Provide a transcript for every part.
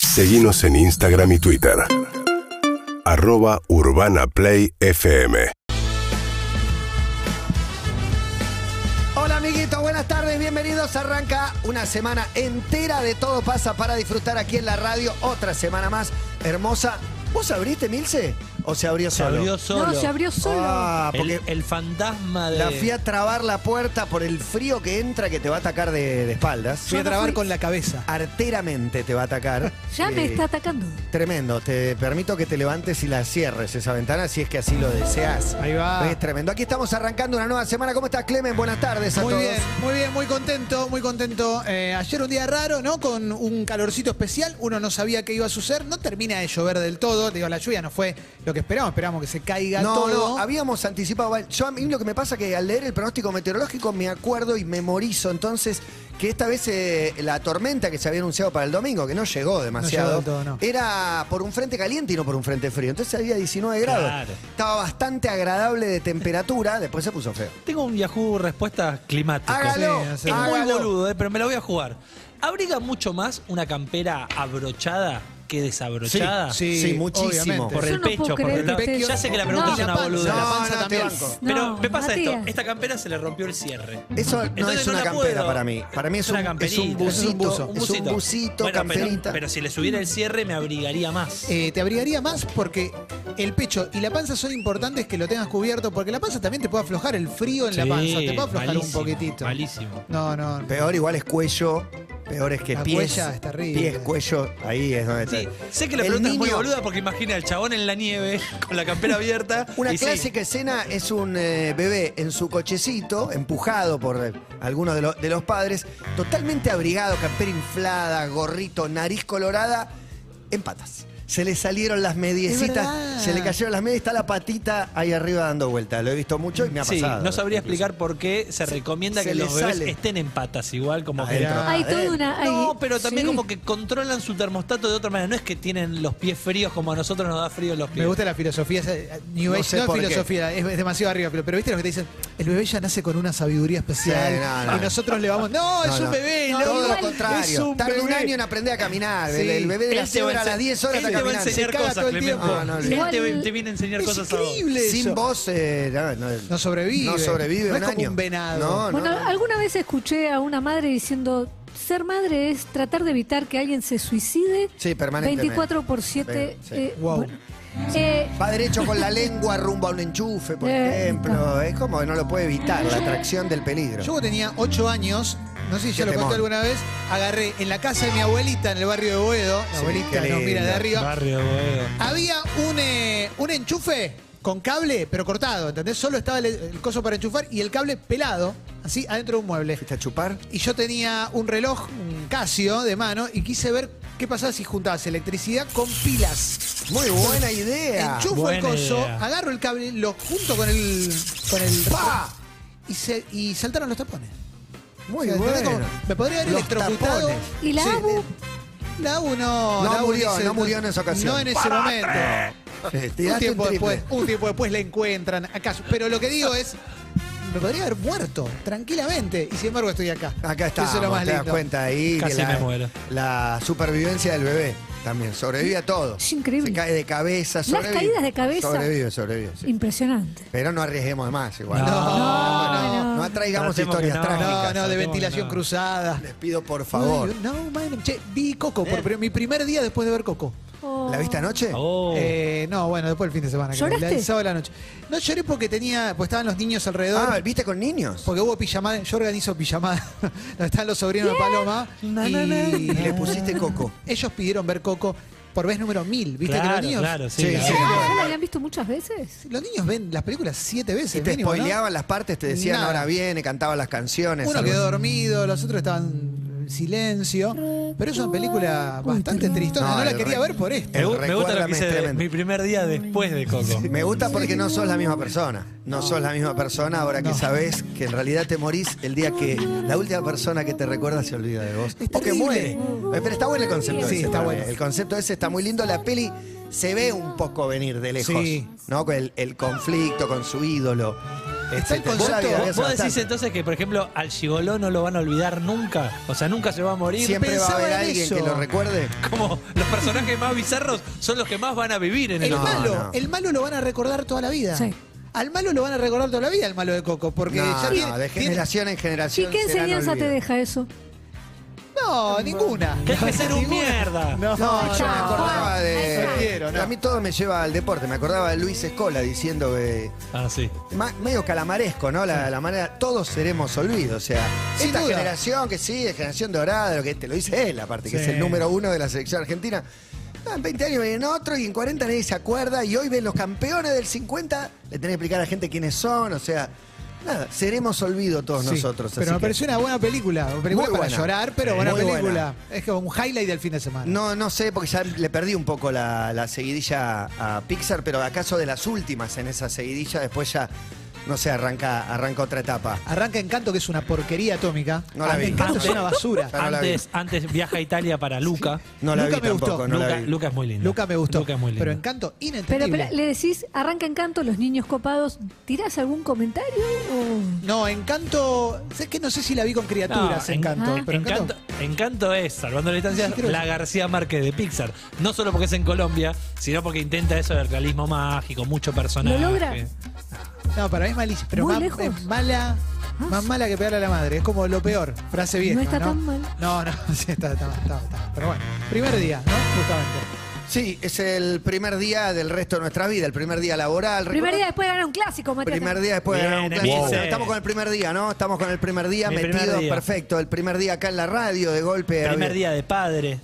Seguimos en Instagram y Twitter. Arroba Urbana Play FM. Hola amiguitos, buenas tardes, bienvenidos. Arranca una semana entera de Todo pasa para disfrutar aquí en la radio. Otra semana más hermosa. ¿Vos abriste, Milce? ¿O se abrió Se solo? abrió solo. No, se abrió solo. Ah, porque el, el eh, fantasma de. la fui a trabar la puerta por el frío que entra que te va a atacar de, de espaldas. Voy a no trabar fui. con la cabeza. Arteramente te va a atacar. ya me Eh, está atacando. Tremendo, te permito que te levantes y la cierres esa ventana si es que así lo deseas. Ahí va. Es tremendo. Aquí estamos arrancando una nueva semana. ¿Cómo estás, Clemen? Buenas tardes a Muy todos. bien, muy bien, muy contento, muy contento. Eh, ayer un día raro, ¿no? Con un calorcito especial, uno no sabía qué iba a suceder, no termina de llover del todo, digo, la lluvia no fue lo que esperamos, esperamos que se caiga No, todo. no, habíamos anticipado. bueno, Yo a mí lo que me pasa es que al leer el pronóstico meteorológico me acuerdo y memorizo entonces que esta vez eh, la tormenta que se había anunciado para el domingo, que no llegó demasiado, del todo, no. era por un frente caliente y no por un frente frío. Entonces había 19 grados. Claro. Estaba bastante agradable de temperatura, después se puso feo. Tengo un Yahoo respuesta climática. Hágalo, es sí, muy hágalo. boludo, eh, pero me la voy a jugar. ¿Abriga mucho más una campera abrochada que desabrochada? Sí, muchísimo. Por Yo el no pecho, puedo por creer el que pecho. ustedes- Ya sé que la pregunta No. es una boluda. La No, panza no, te también. banco. Pero No, me pasa esto: Matías. esta campera se le rompió el cierre. Eso no Entonces es no una la campera puedo. para mí. Para mí es, un, es un camperita. busito. Es un buzo, busito. Bueno, pero- camperita. Pero, si le subiera el cierre, me abrigaría más. Eh, te abrigaría más porque el pecho y la panza son importantes que lo tengas cubierto, porque la panza también te puede aflojar el frío en la Sí, panza, te puede aflojar malísimo, un poquitito. Malísimo. No, no, no. Peor igual es cuello. Peor es que La pies. cuella está horrible. Pies, cuello, ahí es donde Sí, está. sé que la El pregunta es muy niño- boluda porque imagina al chabón en la nieve con la campera abierta. Una y sí. clásica escena es un eh, bebé en su cochecito, empujado por eh, algunos de, lo- de los padres, totalmente abrigado, campera inflada, gorrito, nariz colorada, en patas. Se le salieron las mediecitas, verdad. se le cayeron las medias, está la patita ahí arriba dando vuelta. Lo he visto mucho y me ha Sí, pasado. no sabría explicar por qué se recomienda se que le los bebés sale. estén en patas, igual como que. Adentro. Hay toda Adentro. una. No, hay- pero también sí. como que controlan su termostato de otra manera. No es que tienen los pies fríos como a nosotros nos da frío los pies. Me gusta la filosofía, esa, eh, New No Age, sé no, por qué. filosofía, es, es demasiado arriba, pero, pero viste lo que te dicen, el bebé ya nace con una sabiduría especial Sí, no, no. y nosotros le vamos, no, No, es no. un bebé, No, loco, Todo lo igual- es contrario. un Tarda un bebé". año en aprender a caminar. Sí. El, el bebé de Él la te va cebra a ense- las 10 horas él está te va a caminando. enseñar Se caga cosas, todo el Clemente. tiempo. No, no, Él olvidate. te, va- te viene a enseñar Es cosas a increíble Sin eso. vos eh, no, no, No sobrevive. No sobrevive No un es como año. un venado. No, no, Bueno, no. alguna vez escuché a una madre diciendo: ser madre es tratar de evitar que alguien se suicide Sí, permanentemente. 24 por 7. Sí. Wow. eh, Va derecho con la lengua rumbo a un enchufe, por Eh, ejemplo. Es como que no lo puede evitar, la atracción del peligro. Yo cuando tenía 8 años, no sé si ya Qué lo conté temón. alguna vez, agarré en la casa de mi abuelita en el barrio de Boedo, la Sí, qué abuelita nos lindo. mira de arriba, todo. Barrio, boludo. había un, eh, un enchufe con cable, pero cortado, ¿entendés? Solo estaba el, el coso para enchufar y el cable pelado, así, adentro de un mueble. ¿Fuiste a chupar? Y yo tenía un reloj, un Casio de mano, y quise ver qué pasaba si juntabas electricidad con pilas. Muy buena idea. Enchufo buena el coso, idea. agarro el cable, lo junto con el. con el. ¡Pa! Y, se- y saltaron los tapones. Muy O sea, ¿entendés bueno. cómo? Me podría haber Los electrocutado. tapones. ¿Y la eh, ABU? La ABU No no. la ABU murió, en ese- no murió en esa ocasión. No en ese momento. Eh, tiraste Un tiempo, un triple. después, un tiempo después la encuentran acaso. Pero lo que digo es. Me podría haber muerto tranquilamente. Y sin embargo estoy acá. Acá está. Eso es lo más te das lindo. cuenta ahí. Casi que la, me muero. La supervivencia del bebé también. Sobrevive a todo. Es increíble. Se cae de cabeza. Sobrevive. caídas de cabeza. Sobrevive, sobrevive. sí. Impresionante. Pero no arriesguemos de más igual. No, no, no, no. atraigamos Tratemos que historias no. No, trágicas. no, de Tratemos ventilación no. cruzada. Les pido por favor. Eh. Ay, No, madre. Che, vi Coco por prim- mi primer día después de ver Coco. Oh. ¿La viste anoche? Oh. Eh, no, bueno, después el fin de semana. creo. ¿Lloraste? El sábado a la noche. No lloré porque tenía, pues estaban los niños alrededor. Ah, ¿viste con niños? porque hubo pijamada, yo organizo pijamada. donde están los sobrinos de Paloma. Na, y, na, na. Y le pusiste coco. Ellos pidieron ver Coco por vez número mil. ¿Viste que los Claro, niños? claro, sí. Sí, la- sí. Ah, ¿Ya la habían visto muchas veces? Los niños ven las películas siete veces. Y te mínimo, ¿no? spoileaban las partes, te decían Nada. ahora viene, cantaban las canciones. Uno algo quedó así. dormido, los otros estaban en silencio. Pero es una película bastante tristona. No, No, el la quería re- ver por esto. Me, gu- me gusta lo Recuérdame, que hice de- es tremendo. mi primer día después de Coco. Me gusta porque no sos la misma persona. No sos la misma persona ahora que sabés que en realidad te morís el día que la última persona que te recuerda se olvida de vos. Es o que terrible. muere. Eh, Pero está bueno el concepto. Sí, ese, está para bueno. mí. El concepto ese está muy lindo. La peli se ve un poco venir de lejos. Sí. ¿No? Con el, el conflicto con su ídolo. Está etcétera. ¿Vos, inconsolable, vos- hace vos decís bastante. entonces que, por ejemplo, al gigoló no lo van a olvidar nunca? O sea, nunca se va a morir. Siempre va a pensaba haber en alguien eso. que lo recuerde. Como los personajes más bizarros son los que más van a vivir en El el No, malo, no. el malo lo van a recordar toda la vida. Sí. Al malo lo van a recordar toda la vida, el malo de Coco, porque No, ya no, tiene- de tiene- generación en ¿Y generación. qué serán enseñanza te olvidados. deja eso? No, ninguna. Que hay que ser un Ninguna. mierda. No, No, yo me acordaba de. No quiero, no. A mí todo me lleva al deporte. Me acordaba de Luis Escola diciendo que. Ah, sí. ma- medio calamaresco, ¿no? La, la manera. Todos seremos olvidos. O sea, Sin esta duda. generación que sí, es generación dorada, lo que te lo dice él, aparte, que Sí. es el número uno de la selección argentina. Ah, En 20 años vienen otro y en 40 nadie se acuerda. Y hoy ven los campeones del 50. Le tenés que explicar a la gente quiénes son. O sea, nada, seremos olvidos todos Sí, nosotros. Pero así me que- pareció una buena película. Una película Muy para buena. llorar, pero Sí, buena muy buena. película. Es como un highlight del fin de semana. No, no sé, porque ya le perdí un poco la, la seguidilla a Pixar, pero acaso de las últimas en esa seguidilla, después ya, no sé, arranca, arranca otra etapa. Arranca Encanto, que es una porquería atómica. No la vi. Encanto es Antes- una basura. Ya no la vi. antes, antes viaja a Italia para Luca. No la Nunca vi me gustó. tampoco, Pues no la Luca, vi. Luca es muy lindo. Luca me gustó. Luca es muy lindo. Pero Encanto, Pero, inentendible. pero, le decís, arranca encanto, los niños copados, ¿tirás algún comentario? O- No, Encanto. Es que no sé si la vi con criaturas, No, en- Encanto. Ah. pero Encanto, Encanto. Encanto es, salvando la distancia, Sí, creo la que- García Márquez de Pixar. No solo porque es en Colombia, sino porque intenta eso del realismo mágico, mucho personaje. ¿Lo logra? No, para mí es malísimo. Pero Muy más, lejos. Ah. es mala. Más mala que pegarle a la madre, es como lo peor, frase vieja. No está tan mal. No, no, sí, está, está, está, está. Pero bueno, primer día, ¿no? Justamente. Sí, es el primer día del resto de nuestra vida, el primer día laboral. Primer ¿Recordás? día después de ganar un clásico, Matías. Primer día después de Bien, ganar un clásico. Emilce. Bueno, Estamos con el primer día, ¿no? Estamos con el primer día Mi primer metidos, día. perfecto. El primer día acá en la radio, de golpe. Primer había- día de padre.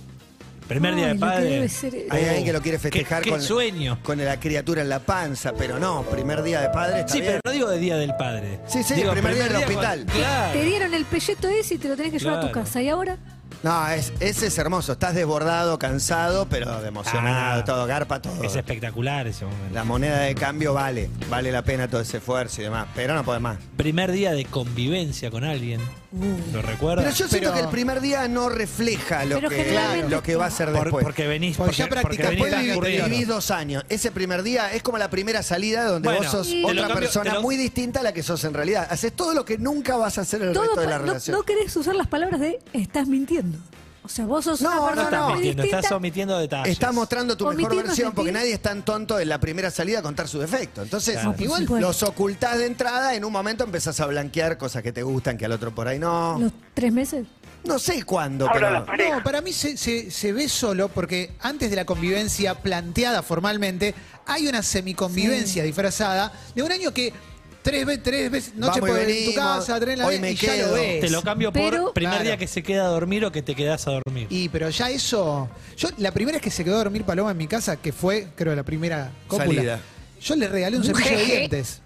Primer día Ay, de lo que padre. debe ser eso. Hay alguien que lo quiere Oh, Qué- festejar qué con, sueño. con la criatura en la panza, pero no, primer día de padre está Sí, bien. pero no digo de día del padre. Sí, sí, Digo, primer día en el cuando- hospital. Claro. Te dieron el pelleto ese y te lo tenés que llevar a tu Claro. casa. ¿Y ahora? No, es, ese es hermoso. Estás desbordado, cansado, pero emocionado, Ah. todo, garpa todo. Es espectacular ese momento. La moneda de cambio vale, vale la pena todo ese esfuerzo y demás, pero no podés más. Primer día de convivencia con alguien. Mm. ¿Lo recuerdas? Pero yo siento Pero- que el primer día no refleja lo, Pero que, generalmente- lo que va a ser Por- después. porque venís. Porque ya practicás, después venís venís vivi- tan vivís, curtido. dos años. Ese primer día es como la primera salida donde Bueno, vos sos te lo otra cambio- persona te lo- muy distinta a la que sos en realidad. Haces todo lo que nunca vas a hacer el Todo resto de pa- la no, relación. no querés usar las palabras de estás mintiendo. O sea, vos sos No, no, una persona no. muy Mintiendo, distinta. estás omitiendo detalles. Está mostrando tu mejor Omitir no versión porque sentir. nadie es tan tonto en la primera salida a contar su defecto. Entonces, Claro. No, por igual supuesto. los ocultás de entrada, en un momento empezás a blanquear cosas que te gustan, que al otro por ahí no. Los tres meses. No sé cuándo, pero. No, para mí se, se- se ve solo porque antes de la convivencia planteada formalmente, hay una semiconvivencia disfrazada de un año que tres veces, tres veces, noche Vamos y por en tu venimos, casa, tres en la hoy vez, me y ya quedo. lo ves. Te lo cambio Pero- por primer Claro. día que se queda a dormir o que te quedás a dormir. Y pero ya eso. Yo, la primera es que se quedó a dormir Paloma en mi casa, que fue, creo, la primera cópula. Salida. Yo le regalé un cepillo de dientes.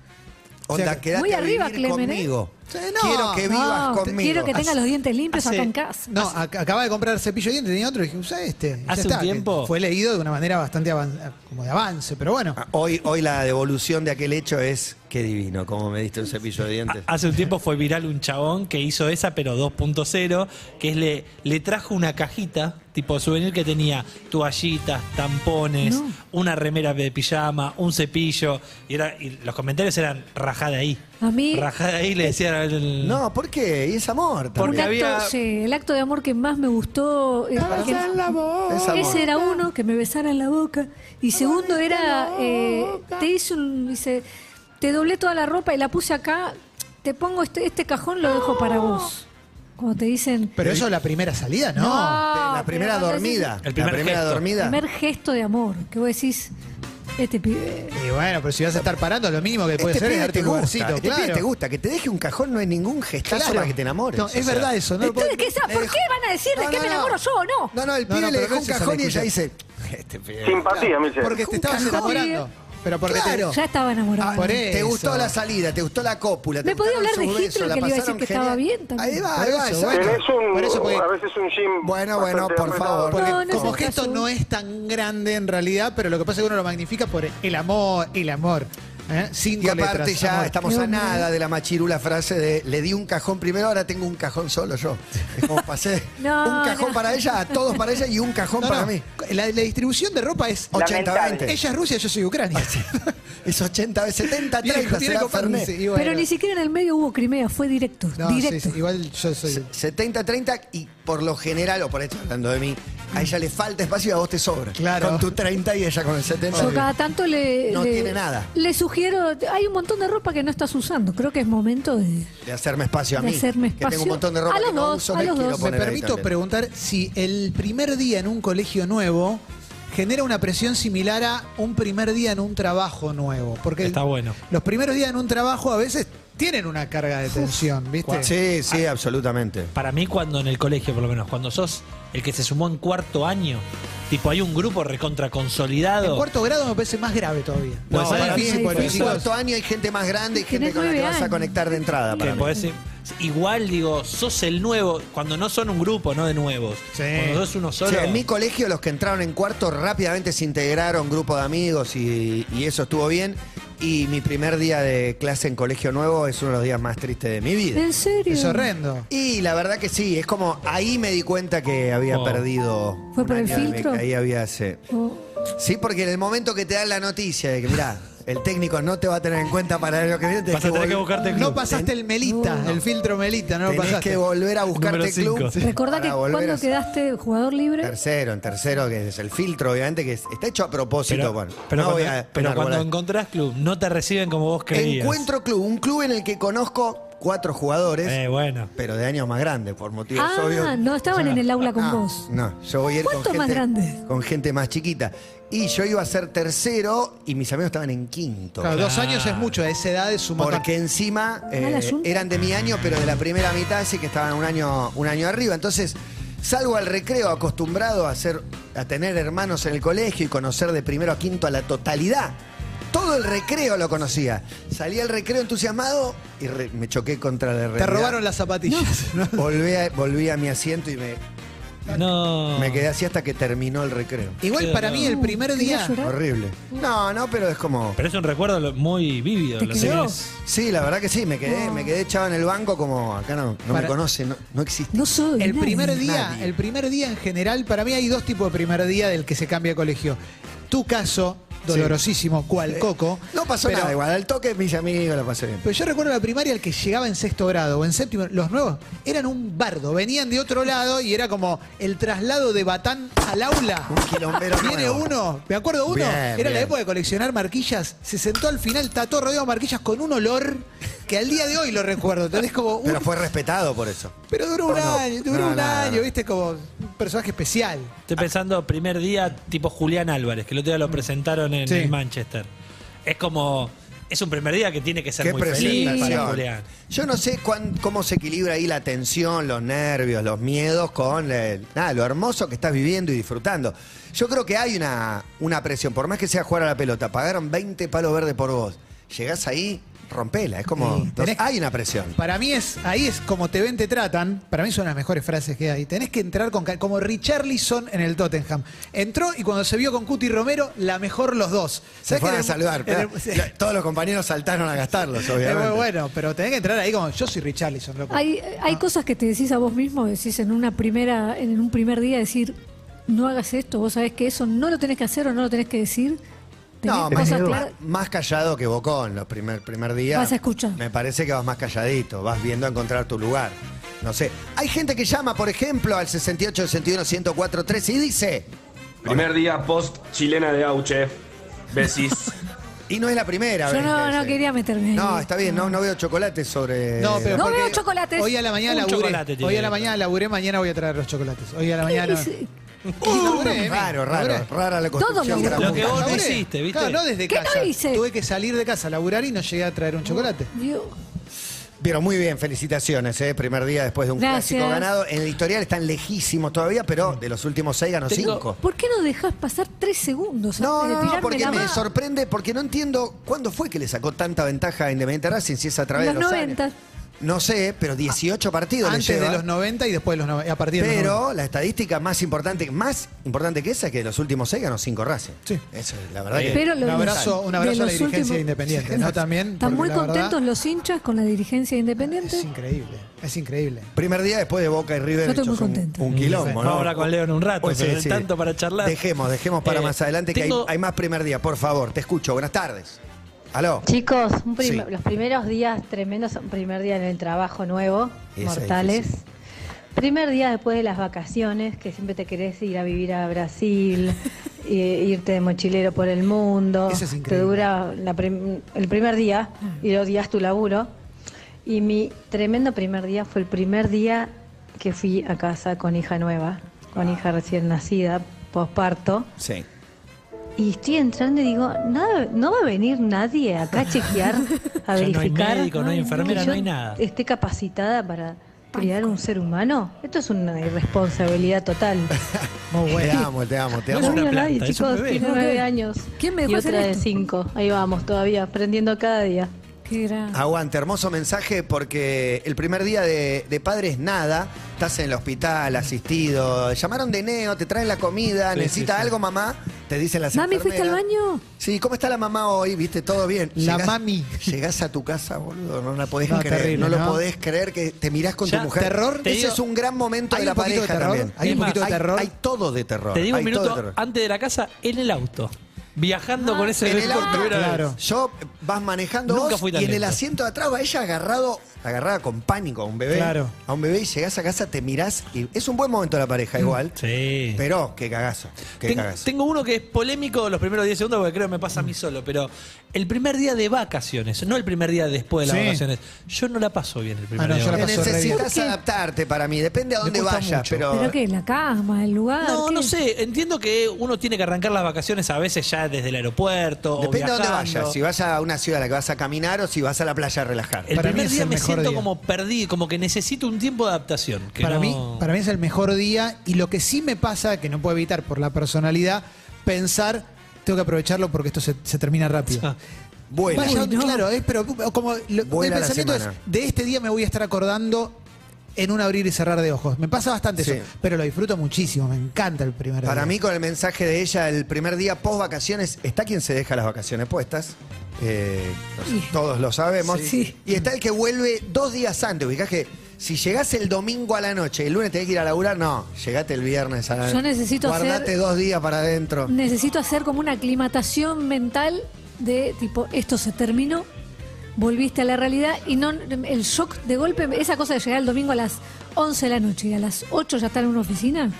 Onda, O sea, quedate muy a vivir arriba, Clemen, ¿eh? conmigo. Sí, no. Quiero que vivas No, conmigo. quiero que tengas los dientes limpios hace- acá en casa. No, ac- acababa de comprar cepillo de dientes, tenía otro y dije, usa este. Y ya Hace un está, que tiempo- Fue leído de una manera bastante avan- como de avance, pero bueno. Ah, Hoy, hoy la devolución de aquel hecho es qué divino, como me diste un cepillo de dientes. Hace un tiempo fue viral un chabón que hizo esa, pero 2.0, que es le, le trajo una cajita, tipo souvenir, que tenía toallitas, tampones, No. una remera de pijama, un cepillo, y, era, y los comentarios eran rajada ahí. A mí- Rajada ahí le decían al- No, ¿por qué? Y es amor Un ah. Porque también. acto, había- sí, el acto de amor que más me gustó. eh, que- Es amor. Ese era uno, que me besara en la boca. Y segundo era, eh, te hice un, dice, te doblé toda la ropa y la puse acá, te pongo este, este cajón, lo dejo para vos. Como te dicen, Pero eso es la primera salida, ¿no? no. La primera pero cuando decís dormida. El primer la primera gesto. el dormida. Primer gesto de amor, que vos decís, este pibe. Y bueno, pero si vas a estar parando, lo mínimo que puede Este ser es pibe darte te un gusta, lugarcito, este claro. pibe te gusta, que te deje un cajón no es ningún gestazo Claro. para que te enamores. No, O es sea, verdad eso, no lo puedo- Entonces, ¿qué sa- ¿Por qué van a decir de No, qué no, me no. enamoro yo o no? No, no, el No, pibe no, le pero dejó no un es esa cajón y la ella discusión. dice, este pibe. Simpatía, Michelle. Porque te estabas Cajón. enamorando. Pero porque Claro. Ah, te... Ya estaba enamorado. Por eso. Te gustó la salida, te gustó la cópula. te Me podía gustaron hablar de sus Hitler, besos, la que le iba a pasaron decir que estaba genial. bien también. Ahí va, ahí Por va, eso, eso, bueno. Tenés un, Por eso, porque- a veces un gym. Bueno, bueno, bastante por apretado. favor. Porque No, no es como el gesto caso. no es tan grande en realidad, pero lo que pasa es que uno lo magnifica por el amor, el amor. A ¿eh? Cinco Y aparte letras, ya amor. estamos a nada de la machirula frase de le di un cajón primero, ahora tengo un cajón solo yo. Es como pasé No, un cajón no. para ella, a todos para ella y un cajón No, para no, mí. La, la distribución de ropa es... La- 80-20. Lamentable. Ella es Rusia, yo soy Ucrania. Es 80, 70, Viene- 30, viene será con Fernet. Fernet, sí, y bueno. Pero ni siquiera en el medio hubo Crimea, fue directo. No, sí, directo. sí, igual yo soy... 70, 30 y por lo general, o por esto hablando de mí, a ella le falta espacio y a vos te sobra. Claro. Con tu 30 y ella con el 70. Yo cada tanto le, No le- tiene nada. le sugiero, hay un montón de ropa que no estás usando. Creo que es momento de. De hacerme espacio a De mí. hacerme Que tengo un espacio. montón de ropa A los que no dos, uso, a me los quiero dos. Me poner ahí permito también. preguntar si el primer día en un colegio nuevo genera una presión similar a un primer día en un trabajo nuevo. Porque Está bueno. los primeros días en un trabajo a veces tienen una carga de tensión, ¿viste? Ah. Sí, sí, absolutamente. Para mí, cuando en el colegio, por lo menos, cuando sos el que se sumó en cuarto año, tipo, hay un grupo recontra En consolidado. cuarto grado me parece más grave todavía. No, Porque para son mí físicos, es En físicos. cuarto año hay gente más grande y gente Tenés con la que nueve vas a años. conectar de entrada. que Para mí. podés- igual digo, sos el nuevo, cuando no son un grupo, no de nuevos. Sí. Cuando sos uno O solo. sea, en mi colegio los que entraron en cuarto rápidamente se integraron, grupo de amigos y, y eso estuvo bien. Y mi primer día de clase en colegio nuevo es uno de los días más tristes de mi vida. ¿En serio? Es horrendo. Y la verdad que sí, es como ahí me di cuenta que había Oh. perdido. ¿Fue un por el año de filtro? beca, Ahí había sí. Oh, Sí, porque en el momento que te dan la noticia de que, mirá, el técnico no te va a tener en cuenta para lo que viene, tenés Vas a tener vol- que buscarte el No club. pasaste el Melita, el filtro Melita, no lo tenés pasaste. que volver a buscarte Número club. cinco. Sí. Recordá para que volver cuando a- quedaste jugador libre. Tercero, en tercero, que es el filtro, obviamente, que es- está hecho a propósito. pero, bueno, pero no voy cuando, a pero cuando enarbolar. encontrás club, no te reciben como vos creías. Encuentro Club, un club en el que conozco cuatro jugadores, Eh, bueno. pero de años más grandes, por motivos Ah, obvios. no, estaban en el aula con Ah, vos. No, yo voy a ir con ¿Cuánto gente, más grande? con gente más chiquita. Y yo iba a ser tercero y mis amigos estaban en quinto. Claro, dos años es mucho, a esa edad es un montón. Porque encima eh, Mala yunta. eran de mi año, pero de la primera mitad, así que estaban un año, un año arriba. Entonces, salgo al recreo acostumbrado a, ser, a tener hermanos en el colegio y conocer de primero a quinto a la totalidad. Todo el recreo lo conocía. Salí al recreo entusiasmado y re- me choqué contra la realidad. Te robaron las zapatillas. ¿no? Volví a, volví a mi asiento y me, Ah. No. me quedé así hasta que terminó el recreo. Igual para mí el primer Quería día... llorar. Horrible. No, no, pero es como... Pero es un recuerdo lo- muy vívido. ¿Te lo quedó? tenés. Sí, la verdad que sí, me quedé, me quedé echado en el banco como acá no, no me Para- conocen, no, no existe. No soy. El nadie. primer día, Nadie. el primer día en general, para mí hay dos tipos de primer día del que se cambia de colegio. Tu caso, dolorosísimo, cual coco. Eh, No pasó pero- nada igual, al toque mis amigos la pasé bien. Pero yo recuerdo la primaria, el que llegaba en sexto grado o en séptimo, los nuevos eran un bardo, venían de otro lado y era como el traslado de Batán al aula. Un quilombero Viene nuevo. uno, me acuerdo uno, Bien, era la bien. época de coleccionar marquillas, se sentó al final, está todo rodeado de marquillas con un olor que al día de hoy lo recuerdo. Tenés como un- Pero fue respetado por eso. pero duró un ¿O no? año, duró No, un no, no, año, no. viste, como un personaje especial. Estoy pensando, primer día, tipo Julián Álvarez, que el otro día lo presentaron en Sí. en Manchester. Es como. Es un primer día que tiene que ser Qué muy feliz para Julián. presentación. Yo no sé cuán- cómo se equilibra ahí la tensión, los nervios, los miedos con el- nada, lo hermoso que estás viviendo y disfrutando. Yo creo que hay una, una presión, por más que sea jugar a la pelota, pagaron 20 palos verdes por vos. Llegás ahí, rompela, es como... Sí, tenés- hay una presión. Para mí es, ahí es como te ven, te tratan. Para mí son las mejores frases que hay. Tenés que entrar con cal- como Richarlison en el Tottenham. Entró y cuando se vio con Cuti Romero, la mejor los dos. Se ¿Sabés que fueron en a el- saludar. en el- pero Todos los compañeros saltaron a gastarlos, Es obviamente. muy bueno, pero tenés que entrar ahí como yo soy Richarlison, loco. Hay, Ah. hay cosas que te decís a vos mismo, decís en una primera, en un primer día decir, no hagas esto, vos sabés que eso no lo tenés que hacer o no lo tenés que decir. Tenés No, más, cosas más- claras. más callado que Bocón los primer, primer días. Vas a escuchar. Me parece que vas más calladito, vas viendo a encontrar tu lugar. No sé. Hay gente que llama, por ejemplo, al 68 61 104 13 y dice. Primer día post chilena de Auche. Besis. Y no es la primera Yo vez. no, que no dice. quería meterme. ahí. No, está bien, no, no veo chocolate sobre. No, pero No porque veo chocolates. Hoy a la mañana Un chocolate laburé. tiene Hoy a que la mañana laburé, mañana voy a traer los chocolates. Hoy a la mañana. ¿Qué, Laburé, Uh, eh, Raro, laburé. raro, rara la Todos construcción. los- la Lo que puta. vos Laburé. hiciste, ¿viste? Claro, no desde ¿Qué no casa. hice? Tuve que salir de casa a laburar y no llegué a traer un chocolate. Dios. Pero muy bien, felicitaciones, ¿eh? primer día después de un Gracias. clásico ganado. En el historial están lejísimos todavía, pero de los últimos seis ganó Tengo- cinco. ¿Por qué no dejás pasar tres segundos No, antes de no, tirarme no, porque la me mano? sorprende, porque no entiendo cuándo fue que le sacó tanta ventaja a Independiente Racing, si es a través En de los los 90. años. No sé, pero 18 partidos le Antes lleva. de los 90 y después de los 90, a partir de los 90. Pero la estadística más importante, más importante que esa, es que de los últimos seis ganó cinco Racing. Sí. Eso, la verdad que. Pero lo- Eh, un abrazo, de un abrazo a la los dirigencia últimos- de Independiente, ¿no? También. ¿Están porque muy la verdad, contentos los hinchas con la dirigencia de Independiente? Es increíble, es increíble. Primer día después de Boca y River. Yo estoy hecho muy un- contenta. Un, quilombo, Vamos ¿no? a hablar con Leo en un rato, Pues sí, pero sí. tanto para charlar. Dejemos, dejemos para Eh, más adelante, que hay- tengo- hay, más primer día, por favor. Te escucho, buenas tardes. Aló. Chicos, un Sí. prim- los primeros días tremendos, un primer día en el trabajo nuevo, Esa es mortales. difícil. Primer día después de las vacaciones, que siempre te querés ir a vivir a Brasil, e- irte de mochilero por el mundo. Eso es te increíble. dura la prim- el primer día y odias tu laburo. Y mi tremendo primer día fue el primer día que fui a casa con hija nueva, con hija recién nacida, posparto. Sí. Y estoy entrando y digo, nada, no va a venir nadie acá a chequear, a no hay verificar. médico, no hay que enfermera, no yo hay nada. Esté capacitada para criar un ser humano. Esto es una irresponsabilidad total. Muy Te bueno. amo, te amo, te No No amo. una vino nadie, planta, es un chicos, bebé. tiene No, nueve ¿qué? años. ¿Quién me dejó y hacer otra de esto? cinco. Ahí vamos, todavía, aprendiendo cada día. Qué gran- Ah, Aguante, hermoso mensaje porque el primer día de, de padres nada, estás en el hospital, asistido, llamaron de neo, te traen la comida, Sí, necesita sí, sí. algo mamá, te dicen las Mami, ¿fuiste al enfermeras. baño? Sí, ¿cómo está la mamá hoy? ¿Viste? ¿Todo bien? La mami. Llegás a tu casa, boludo, no la podés No, creer, terrible, no lo ¿no? podés creer que te mirás con Ya, tu mujer. terror, te Ese digo- es un gran momento Hay de un la poquito pareja de terror, también. hay un poquito de terror. Hay todo de terror. Te digo un hay todo de minuto terror. antes de la casa, en el auto. Viajando con ese En el recuerdo, auto, primera vez. claro. Yo eh, vas manejando Nunca vos fui tan y en el lento. asiento de atrás va ella agarrado, agarrada con pánico a un bebé. Claro. A un bebé y llegás a casa, te mirás y es un buen momento la pareja igual. Mm, Sí. Pero qué cagazo, qué Ten- cagazo. tengo uno que es polémico los primeros 10 segundos porque creo que me pasa a Mm. mí solo, pero el primer día de vacaciones, no el primer día después de las Sí. vacaciones, yo no la paso bien el primer Ah, no, día. yo la Te paso re bien. necesitas adaptarte para mí, depende a dónde cuesta vayas, mucho. pero, ¿Pero qué? ¿La cama? ¿El lugar? No, Ah, ¿Qué? no sé, entiendo que uno tiene que arrancar las vacaciones a veces ya desde el aeropuerto. depende o a dónde viajando. vayas, si vas a una ciudad a la que vas a caminar o si vas a la playa a relajar. El Para mí primer es día el me mejor siento día. como perdido, como que necesito un tiempo de adaptación. que Para, no- mí, para mí es el mejor día y lo que sí me pasa, que no puedo evitar por la personalidad, pensar, tengo que aprovecharlo porque esto se, se termina Ah, rápido. Bueno, Vaya, claro, es, pero como lo- Vuela el la pensamiento es, semana. de este día me voy a estar acordando en un abrir y cerrar de ojos. Me pasa bastante Sí. eso, pero lo disfruto muchísimo, me encanta el primer día. Para mí, con el mensaje de ella, el primer día post vacaciones, está quien se deja las vacaciones puestas. Eh, no sé, Y- todos lo sabemos. Sí. Y está el que vuelve dos días antes. Ubicás que si llegás el domingo a la noche, el lunes tenés que ir a laburar, no. Llegate el viernes a la Yo necesito Guardate hacer- Mm, dos días para adentro. Necesito hacer como una aclimatación mental de tipo, esto se terminó, volviste a la realidad y no el shock de golpe, esa cosa de llegar el domingo a las 11 de la noche y a las 8 ya estar en una oficina,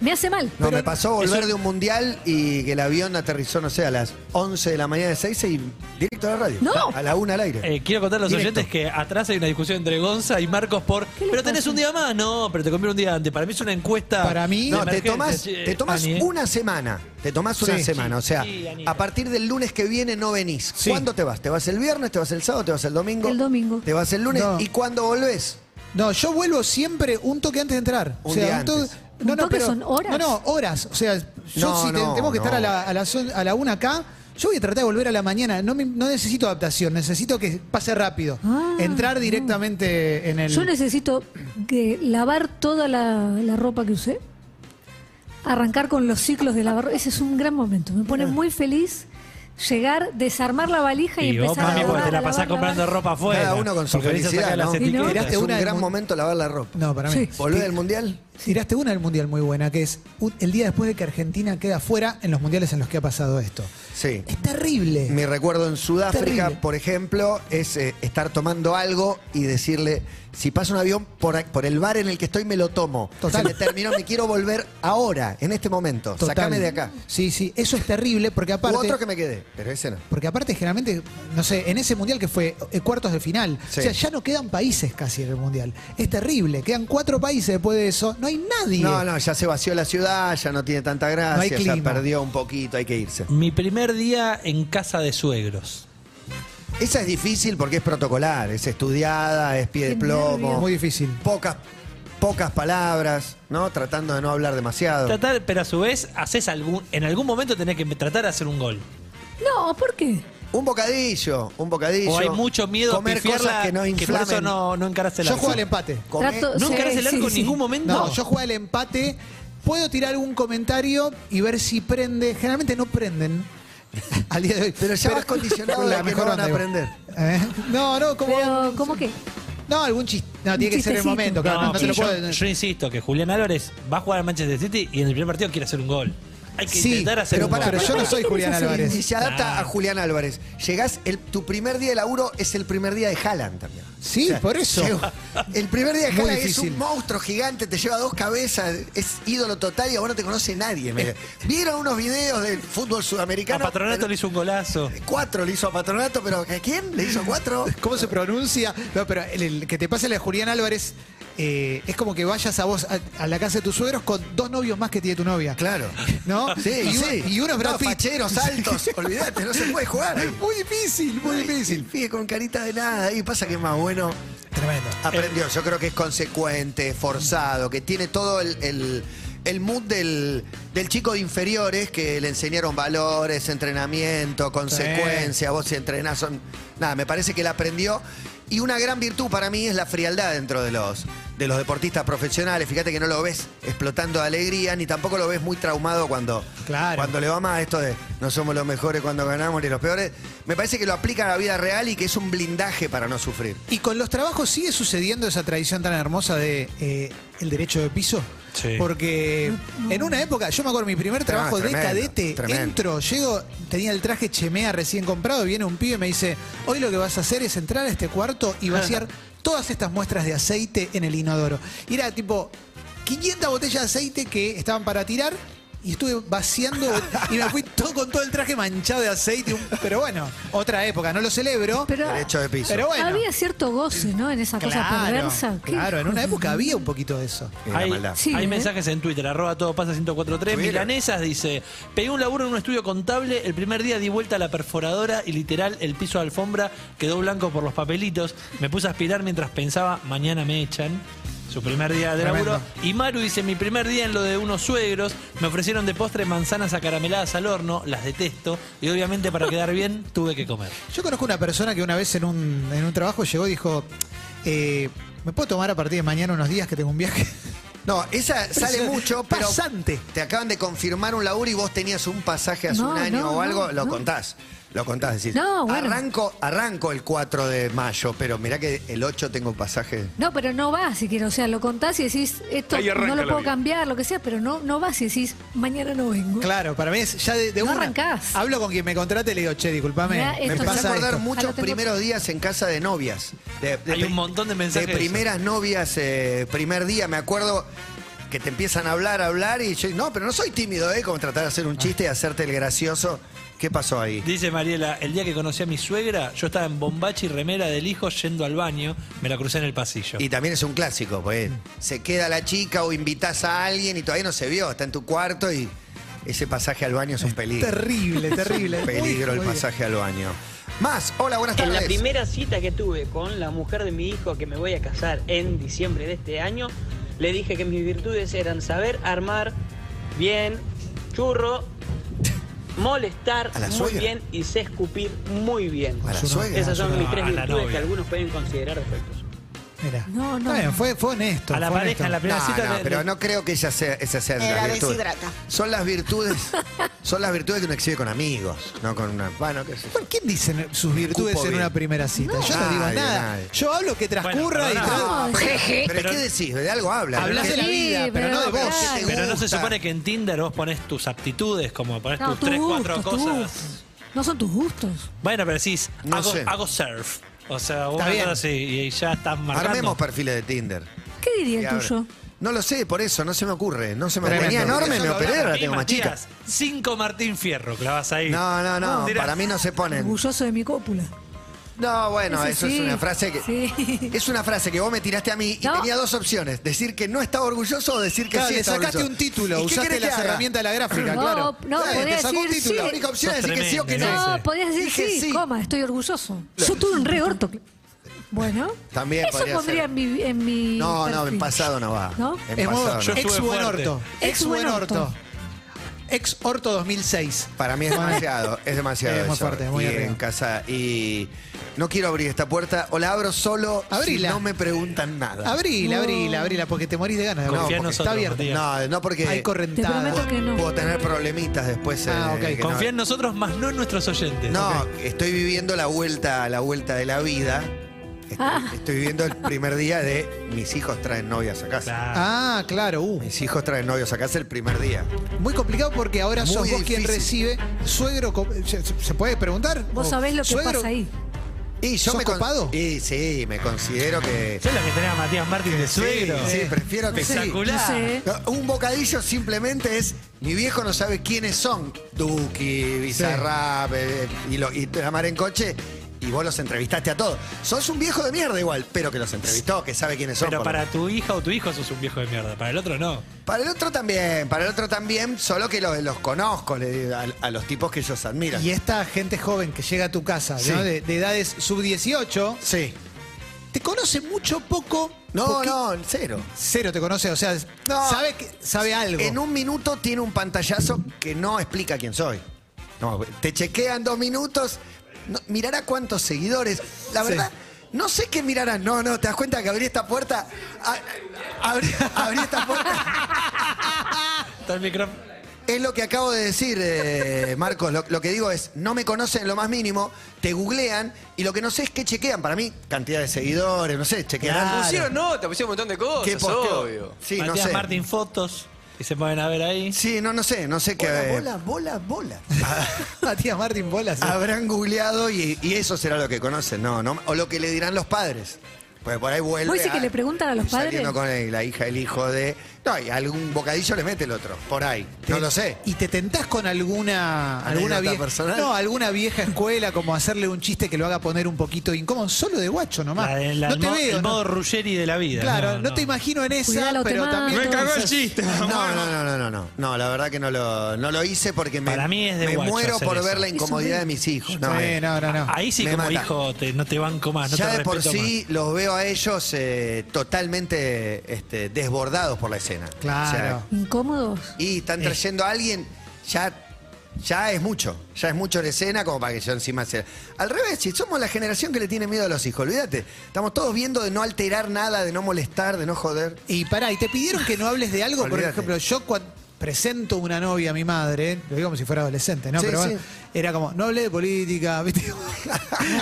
me hace mal. No, Pero- me pasó volver eso- de un mundial y que el avión aterrizó, no sé, a las 11 de la mañana de 6 y directo a la radio. No. A la una al aire. Eh, quiero contar a los Directo. oyentes que atrás hay una discusión entre Gonza y Marcos por. le Pero tenés pasa? un día más, no, pero te conviene un día antes. Para mí es una encuesta. Para mí- de No, te emergencia, tomás, eh, te tomás Ani, eh. una semana. Te tomás una Sí. semana. O sea, Sí, Ani. a partir del lunes que viene no venís. Sí. ¿Cuándo te vas? ¿Te vas el viernes? ¿Te vas el sábado? ¿Te vas el domingo? El domingo. ¿Te vas el lunes? No. ¿Y cuándo volvés? No, yo vuelvo siempre un toque antes de entrar. Un día un to- antes. No, ¿Un no, toque pero, son horas? No, no, horas. O sea, yo No, si te- no, tengo que no. estar a la, a, las on- a la una acá, yo voy a tratar de volver a la mañana. No, me- no necesito adaptación, necesito que pase rápido. Ah, entrar directamente en el. Yo necesito que lavar toda la, la ropa que usé, arrancar con los ciclos de lavar, ese es un gran momento, me Ah. pone muy feliz. Llegar, desarmar la valija y, Y vos, empezar mami, a porque lavar, te la lavar, pasás lavar. comprando ropa afuera. Cada uno con su Porque venís a felicidad, sacar ¿no? las Y no. etiquetas. Tiraste es un una gran del mu- momento lavar la ropa. No, para mí. Sí. ¿Volvés del mundial? Tiraste una del Mundial muy buena, que es un- el día después de que Argentina queda fuera en los mundiales en los que ha pasado esto. Sí. Es terrible. Mi recuerdo en Sudáfrica, Terrible. por ejemplo, es eh, estar tomando algo y decirle, si pasa un avión por, a- por el bar en el que estoy, me lo tomo. Total. Se me terminó, me quiero volver ahora, en este momento. Total. Sacame de acá. Sí, sí, eso es terrible porque U aparte. otro que me quedé, pero ese no. Porque aparte, generalmente, no sé, en ese mundial que fue eh, cuartos de final, Sí. o sea, ya no quedan países casi en el mundial. Es terrible, quedan cuatro países después de eso, no hay nadie. No, no, ya se vació la ciudad, ya no tiene tanta No hay gracia, ya clima. perdió un poquito, hay que irse. Mi primer día en casa de suegros. Esa es difícil porque es protocolar, es estudiada, es pie de Qué plomo. nervios. Muy difícil. Pocas, pocas palabras, ¿no? Tratando de no hablar demasiado. Tratar, pero a su vez, haces algún, en algún momento tenés que tratar de hacer un gol. No, ¿por qué? Un bocadillo, un bocadillo. O hay mucho miedo comer a pifiarla, cosas que no por inflamen. eso no, no encarás el Yo arco. juego al empate. Comé- Trato- ¿No Sí, encarás el sí, arco en sí. ningún momento? No, yo juego al empate. Puedo tirar algún comentario y ver si prende. Generalmente no prenden. Al día de hoy. Pero ya vas condicionado de que no van a onda, prender. ¿Eh? No, no, como. Pero, ¿cómo qué? No, algún chiste. No, Un tiene que ser el chistecito. momento, claro. No, no pero te lo yo, puedo. yo insisto que Julián Álvarez va a jugar al Manchester City y en el primer partido quiere hacer un gol. Hay que sí, intentar hacer pero, un pará, gol. pero yo no ¿Para soy qué Julián querés hacer Álvarez. Y se adapta Nah. a Julián Álvarez. Llegás, el, tu primer día de laburo es el primer día de Haaland también. Sí, por eso. Llegó- El primer día de Muy Haaland es difícil. un monstruo gigante, te lleva dos cabezas, es ídolo total y ahora no te conoce nadie. Eh. Me- Vieron unos videos del fútbol A sudamericano. Eh, Patronato le hizo un golazo. Cuatro le hizo a Patronato, pero ¿a quién le hizo cuatro? ¿Cómo se pronuncia? No, pero el, el que te pase la de Julián Álvarez eh, es como que vayas a vos a, a la casa de tus suegros con dos novios más que tiene tu novia. Claro. ¿No? Sí, y, uno- sí. y uno es Brad No, Pitt. facheros, altos, olvídate, no se puede jugar. Muy difícil, muy difícil. Fíjate con carita de nada, y pasa que es más bueno. Tremendo. Aprendió, yo creo que es consecuente, esforzado, que tiene todo el, el, el mood del, del chico de inferiores que le enseñaron valores, entrenamiento, consecuencia, vos si entrenás, son- nada, me parece que él aprendió. Y una gran virtud para mí es la frialdad dentro de los, de los deportistas profesionales. Fíjate que no lo ves explotando de alegría, ni tampoco lo ves muy traumado cuando, Claro. cuando le va más esto de no somos los mejores cuando ganamos ni los peores. Me parece que lo aplica a la vida real y que es un blindaje para no sufrir. Y con los trabajos sigue sucediendo esa tradición tan hermosa de eh, el derecho de piso. Sí. Porque en una época, yo me acuerdo mi primer trabajo de tremendo, cadete, tremendo. entro, llego, tenía el traje chemea recién comprado, viene un pibe y me dice, hoy lo que vas a hacer es entrar a este cuarto y vaciar todas estas muestras de aceite en el inodoro. Y era tipo 500 botellas de aceite que estaban para tirar. Y estuve vaciando y me fui todo con todo el traje manchado de aceite. un- Pero bueno, otra época, no lo celebro. Pero Derecho de piso. Pero bueno. había cierto goce, ¿no? En esa cosa perversa. Qué Claro, en hijo una de época mil. había un poquito de eso. Y la Hay, maldad. Sí, hay ¿eh? mensajes en Twitter, arroba todo pasa 1043. Twitter. Milanesas dice: Pegué un laburo en un estudio contable. El primer día di vuelta a la perforadora y literal el piso de alfombra quedó blanco por los papelitos. Me puse a aspirar mientras pensaba: Mañana me echan. Su primer día de Tremendo. laburo. Y Maru dice: Mi primer día en lo de unos suegros. Me ofrecieron de postre manzanas acarameladas al horno. Las detesto. Y obviamente, para quedar bien, tuve que comer. Yo conozco una persona que una vez en un, en un trabajo llegó y dijo, eh, ¿me puedo tomar a partir de mañana unos días que tengo un viaje? No, esa sale Pero- mucho, pero Pasante. te acaban de confirmar un laburo y vos tenías un pasaje hace No, un año no, o algo, no, lo no. contás. Lo contás, decís, No, bueno. arranco, arranco el 4 de mayo, pero mirá que el 8 tengo un pasaje. No, pero no va si quiero, o sea, lo contás y decís, esto Ahí arranca no la lo puedo vida. cambiar, lo que sea, pero no, no va si decís, mañana no vengo. Claro, para mí es ya de, de No una. arrancás. Hablo con quien me contrate y le digo, che, disculpame, Mirá, me esto Me empecé a pasa acordar esto. Ah, muchos lo tengo- primeros días en casa de novias. De, de Hay pri- un montón de mensajes de De eso. primeras novias, eh, primer día, me acuerdo que te empiezan a hablar, a hablar, y yo, no, pero no soy tímido, ¿eh? Como tratar de hacer Ah. un chiste y hacerte el gracioso. ¿Qué pasó ahí? Dice Mariela, el día que conocí a mi suegra, yo estaba en bombachi y remera del hijo yendo al baño, me la crucé en el pasillo. Y también es un clásico, pues se queda la chica o invitas a alguien y todavía no se vio, está en tu cuarto y ese pasaje al baño es un peligro. Terrible, terrible. Un peligro Muy- el muy bien. pasaje al baño. Más, hola, buenas En tardes. la primera cita que tuve con la mujer de mi hijo que me voy a casar en diciembre de este año, le dije que mis virtudes eran saber armar bien, churro, molestar A la muy suegra. bien y sé escupir muy bien. A la suegra. Esas son mis tres A la virtudes que novia. algunos pueden considerar defectos. Mirá. No, no. Está bien, fue, fue honesto. a la fue pareja en la honesto. primera No, cita. no, le- pero le- no creo que esa sea, esa sea Me la la virtud. deshidrata. Son las virtudes, son las virtudes que uno exhibe con amigos, no con una. Bueno, qué sé yo. Bueno, ¿Quién dice sus virtudes Cupo en bien. una primera cita? Yo no digo Nadie, nada. nadie. Yo hablo que transcurra y perdona. tra- No, Pero, ¿qué decís? De algo habla. Hablas de la Sí, vida, pero no de pero vos. claro. pero no se gusta. supone que en Tinder vos pones tus aptitudes, como pones no, tus tres, cuatro tus cosas. gustos. No son tus gustos. Bueno, pero decís, No hago, sé. hago surf. O sea, vos Está bien. así y ya estás marcando. Armemos perfiles de Tinder. ¿Qué diría Que el abre. tuyo? No lo sé, por eso, no se me ocurre. No se me Tremendo. Tenía enorme, me Eso lo operé, ahora Ahí, tengo más chica. Matías, Cinco Martín Fierro clavas ahí. No, no, no, Dirás, para mí no se ponen. Orgulloso de mi cópula. No, bueno, Ese eso es sí. una frase que. Sí. Es una frase que vos me tiraste a mí y No. tenía dos opciones: decir que no estaba orgulloso o decir que Claro, sí le estaba sacaste orgulloso. un título, ¿Y qué usaste querés que las haga? herramientas de la gráfica, No, claro. no, Claro, podés te sacó un decir título. La sí. única opción es Sos decir que sí o que tremendo, no. ese. No, podías decir Dije sí, sí. coma, estoy orgulloso. Yo tuve un re orto. Bueno, También eso podría pondría ser. en mi, en mi. No, no, perfil. en pasado no va. ¿No? En Es modo pasado no. ex estuve buen fuerte. orto. Ex buen orto. Ex Orto 2006. Para mí es demasiado, es demasiado. Es muy eso. fuerte, es muy y arriba. en casa. Y no quiero abrir esta puerta, o la abro solo Abrila. si no me preguntan nada. Abrila, abrila, abrila, porque te morís de ganas. de No, abrirla, confía en porque nosotros, Está Matías. abierta. No, no porque Hay correntada. Te prometo que no. puedo tener problemitas después. eh, Ah, ok. que no- Confía en nosotros, más no en nuestros oyentes. No, estoy viviendo la vuelta, la vuelta de la vida. Estoy, Ah. estoy viviendo el primer día de mis hijos traen novias a casa. Claro. Ah, claro, uh. Mis hijos traen novios a casa el primer día. Muy complicado porque ahora Muy sos vos quien difícil. recibe. Suegro, co- ¿se, se puede preguntar? Vos Oh, O- sabés lo que suegro- pasa ahí. Y yo ¿Sos me con- copado? Y sí, me considero que. ¿Sabés lo que tenía Matías Martín de Sí, suegro? Sí, prefiero que sí. Espectacular. No sé. No, Un bocadillo simplemente es. Mi viejo no sabe quiénes son. Duki, Bizarrap eh, y, lo, y te llamar en coche. Y vos los entrevistaste a todos. Sos un viejo de mierda igual, pero que los entrevistó, que sabe quiénes son. Pero por- para tu hija o tu hijo sos un viejo de mierda. Para el otro no. Para el otro también, para el otro también, solo que los, los conozco le digo, a, a los tipos que ellos admiran. Y esta gente joven que llega a tu casa, Sí. ¿no? de, de edades sub-18, Sí. ¿te conoce mucho, poco? No, poqui- no, cero. Cero te conoce, o sea, No. sabe, que- sabe algo. En un minuto tiene un pantallazo que no explica quién soy. No, te chequean dos minutos, no, mirará cuántos seguidores. La Sí. verdad, no sé qué mirará. No, no, te das cuenta que abrí esta puerta. a- abrí, abrí esta puerta. Está el micrófono. Es lo que acabo de decir, eh, Marcos. Lo, lo que digo es, no me conocen en lo más mínimo, te googlean y lo que no sé es qué chequean. Para mí, cantidad de seguidores, no sé, chequearán. Pusieron nota, pusieron un montón de cosas, ¿Qué posteo? obvio. Sí, Matías no sé. Martín fotos. Y se pueden a ver ahí. Sí, no, no sé, no sé qué. Bola, bola, bola, Matías Martín Bolas. Habrán googleado y, y eso será lo que conocen, no, no, o lo que le dirán los padres. Pues por ahí vuelve. ¿Vos decís a- que le preguntan a los Saliendo padres? con el- la hija, el hijo de. No, y algún bocadillo le mete el otro, por ahí. No lo sé. ¿Y te tentás con alguna alguna ¿Anécdota vieja personal? No, alguna vieja escuela como hacerle un chiste que lo haga poner un poquito incómodo, solo de guacho nomás. La de- la- no el te mo- veo. El no- modo Ruggeri de la vida. claro, no, te imagino en esa, Cuidá lo que pero más. también Me cagó el chiste. No, no, no, no, no, no. No, la verdad que no lo, no lo hice porque me, Para mí es de me guacho muero hacer por eso. ver la incomodidad de mis hijos. No, eh. no, no, no. Ahí sí, Me como mata. hijo, te- no te banco más. No ya te de por respeto sí los veo a ellos eh, totalmente este, desbordados por la escena. Claro. O sea, ¿Incómodos? y están trayendo a alguien, ya, ya es mucho. Ya es mucho la escena como para que yo encima sea. Al revés, si somos la generación que le tiene miedo a los hijos, olvídate. Estamos todos viendo de no alterar nada, de no molestar, de no joder. Y pará, y te pidieron que no hables de algo, por Olvídate. ejemplo, yo cuando presento una novia a mi madre, eh, lo digo como si fuera adolescente, ¿no? Sí, Pero sí. bueno, era como, no hablé de política, ¿viste?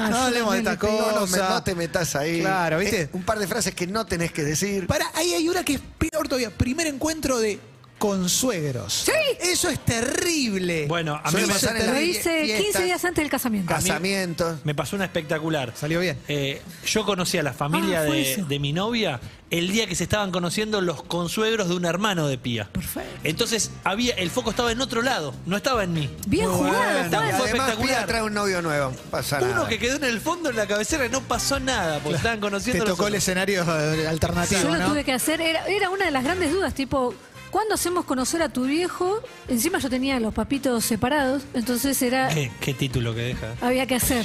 no hablemos de estas No, no, me- cosas. no te metas ahí. Claro, ¿viste? Eh, un par de frases que no tenés que decir. Pará, ahí hay una que es peor todavía, primer encuentro de consuegros. ¿Sí? Eso es terrible. Bueno, a mí Suele me- pasar en Lo las hice fiestas, 15 días antes del casamiento. Casamientos. más. Me pasó una espectacular. Salió bien. Eh, yo conocí a la familia Ah, fue de, eso. de mi novia el día que se estaban conociendo los consuegros de un hermano de Pía. Perfecto. Entonces había el foco estaba en otro lado, no estaba en mí. Bien Muy jugada, bueno. Fue Juan. Y además espectacular. Pía trae un novio nuevo. No Pasa Uno nada. que quedó en el fondo en la cabecera y no pasó nada, porque estaban Te conociendo a los tocó el otros. escenario eh, alternativo, Yo lo ¿no? tuve que hacer, era, era una de las grandes dudas, tipo, ¿cuándo hacemos conocer a tu viejo? Encima yo tenía los papitos separados, entonces era, ¿Qué, qué título que deja. había que hacer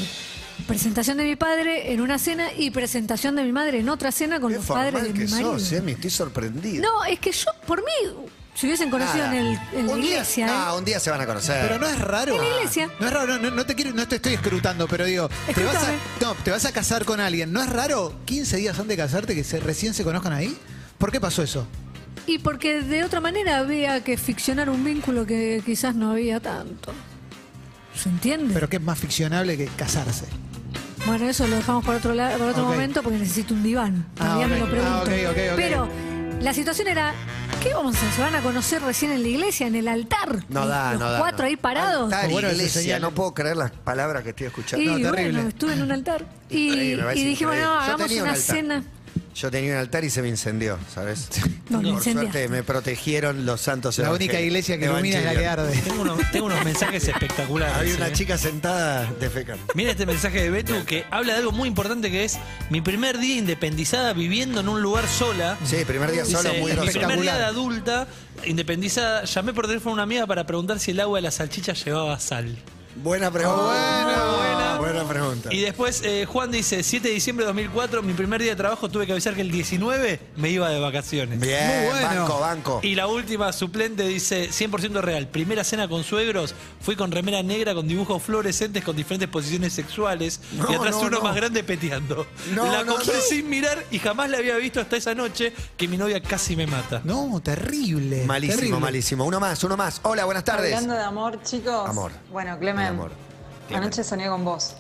presentación de mi padre en una cena y presentación de mi madre en otra cena con Qué los formal padres de mi que marido. sos, Emi, estoy sorprendido. No, es que yo, por mí, si hubiesen conocido Nada. en, el, en la Un día- iglesia, Ah, ¿eh? un día se van a conocer. Pero no es raro. En la iglesia. No es raro, no, no- no te quiero, no te estoy escrutando, pero digo, te vas, a, Escrútame. no, te vas a casar con alguien. ¿No es raro 15 días antes de casarte que se, recién se conozcan ahí? ¿Por qué pasó eso? y porque de otra manera había que ficcionar un vínculo que quizás no había tanto. ¿Se entiende? Pero que es más ficcionable que casarse. Bueno, eso lo dejamos para otro, la- para otro Ok. momento porque necesito un diván. Ah, Todavía me ok. lo pregunto. Ah, ok, ok, ok. Pero la situación era, ¿qué vamos a hacer? ¿Se van a conocer recién en la iglesia, en el altar? No da, Los no da. cuatro no. ahí parados. Altar, Bueno, eso iglesia, señala. no puedo creer las palabras que estoy escuchando. y no, terrible. bueno, estuve en un altar. Y, Increíble, me y parece dije, increíble. bueno, Yo hagamos tenía una un altar. cena. Yo tenía un altar y se me incendió, ¿sabes? No, lo Por incendiaste. suerte me protegieron los santos la única evangel- iglesia que ilumina es la que evangelios. arde. Tengo unos, tengo unos mensajes espectaculares. Había una ¿eh? chica sentada de fecan. Mira este mensaje de Betu que habla de algo muy importante que es mi primer día independizada viviendo en un lugar sola. Sí, primer día Dice, solo, muy mi primer día de espectacular. adulta, independizada, llamé por teléfono a una amiga para preguntar si el agua de la salchicha llevaba sal. Oh, Buena pregunta. bueno. Buena, pregunta. Buena pregunta. Y después eh, Juan dice, 7 de diciembre de 2004, mi primer día de trabajo, tuve que avisar que el 19 me iba de vacaciones. Bien, Muy bueno. banco, banco. Y la última suplente dice 100% real. Primera cena con suegros, fui con remera negra con dibujos fluorescentes con diferentes posiciones sexuales No, y atrás no, uno no. más grande peteando. No, la no, compré no. sin mirar y jamás la había visto hasta esa noche que mi novia casi me mata. No, terrible. Malísimo, terrible. malísimo. Uno más, uno más. Hola, buenas tardes. Hablando de amor, chicos. Amor. Bueno, Mi Clemen, amor. anoche soñé con vos.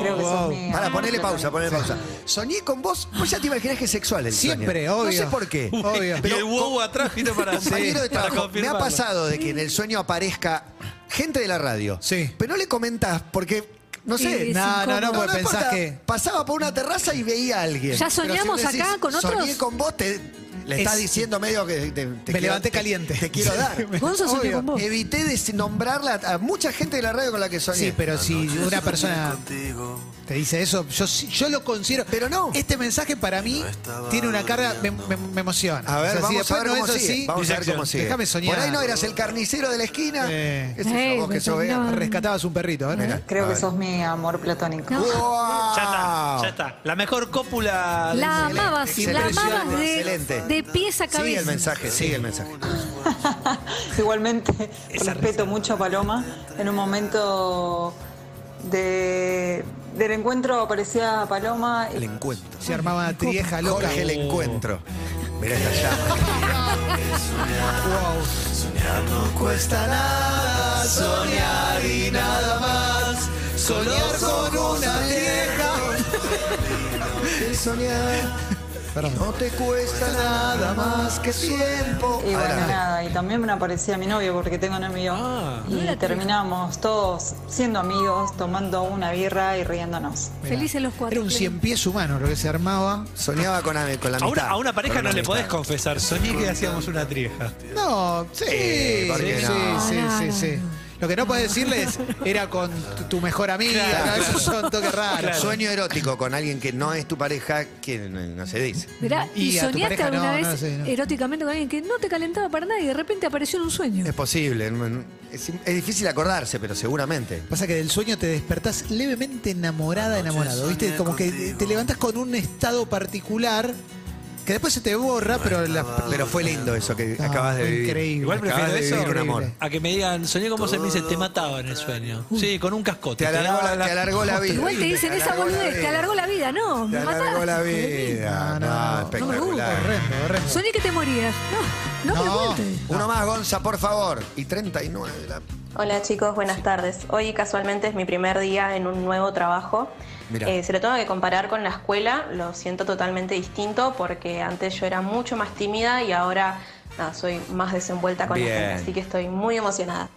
Creo que sos mi Para, amor ponele pausa, platónico. ponele pausa. Soñé con vos, vos ya te imaginás que es sexual el sueño. Siempre, No obvio. sé por qué. Uy, Obvio. Y el Pero huevo atrás, viste, para, Compañero de para trabajo, me ha confirmarlo. pasado de que en el sueño aparezca gente de la radio. Sí. Pero no le comentás porque, no sé. Y- No, no, no, incómodo. porque pensás importa. que. Pasaba por una terraza y veía a alguien. ¿Ya Pero si soñamos le decís, acá con otros? Soñé con vos, te, le estás Es- diciendo medio que te, te me levanté caliente. Te, quiero dar. Gonzo soñó Obvio. con vos. Evité des- nombrarla a mucha gente de la radio con la que soñé. Sí, pero si una persona te dice eso, yo, sí- yo lo considero. Pero no. Este mensaje para mí tiene una carga. Me, me- me emociona. A ver, O sea, si vamos a después ver no cómo es sigue. así, vamos a ver cómo sigue. Déjame soñar. Por ahí no eras el carnicero de la esquina. Eh. Qué sé yo, Ey, vos me que sos soñaba. Mm. vegano. rescatabas un perrito, ¿eh? Creo que sos mi amor platónico. ¡Wow! Ya está, ya está. La mejor cópula. La amabas, la excelente, amabas excelente. de, de pies a cabeza. Sigue el mensaje, sigue el mensaje. Igualmente, Esa respeto mucho a Paloma. En un momento de, del encuentro aparecía Paloma El encuentro. Se armaba trieja loca. Jorge el encuentro. Mirá esta llama. No cuesta nada soñar y nada más. Soñar con una vieja. El soñar no te cuesta nada más que tiempo. Y bueno, Adelante. nada, y también me aparecía mi novio porque tengo un amigo. Ah, y terminamos todos siendo amigos, tomando una birra y riéndonos. Felices los cuatro. Era un cien pies humano lo que se armaba. Soñaba con, la- con la A mitad. una, a una pareja Con no le mitad. podés confesar. Soñé que hacíamos una trieja. No, sí, sí, ¿por qué sí, no? sí, No, sí, no, sí. Lo que no puedes decirles era con tu- tu mejor amiga, Claro, eso son toques raros. Claro. Sueño erótico con alguien que no es tu pareja, que no, no se dice. Mirá, y, Y a tu soñaste pareja, alguna no, vez no, sí, no. eróticamente con alguien que no te calentaba para nada y de repente apareció en un sueño. Es posible. no- no- Es, es difícil acordarse, pero seguramente. Pasa que del sueño te despertás levemente enamorada, enamorado, ¿viste? Como que te levantás con un estado particular que después se te borra, pero la... Pero fue lindo eso que No, acabas de fue vivir. increíble. Igual Acabas prefiero de eso vivir un horrible. amor. A que me digan, soñé como se me dice, te mataba en el sueño. Sí, con un cascote. Te alargó, la, te alargó la vida. Igual te dicen esa alargó la boludez, te vida. alargó la vida, no, Te me alargó mataste. la vida. No, no, No, no. No me espectacular. Horrendo, horrendo. Soñé que te morías. No, no, No. me cuentes. Uno más, Gonza, por favor. Y 39. la- Hola chicos, buenas tardes. Hoy casualmente es mi primer día en un nuevo trabajo. Mirá. Eh, se lo tengo que comparar con la escuela, lo siento totalmente distinto porque antes yo era mucho más tímida y ahora nada, soy más desenvuelta con Bien. la gente, así que estoy muy emocionada.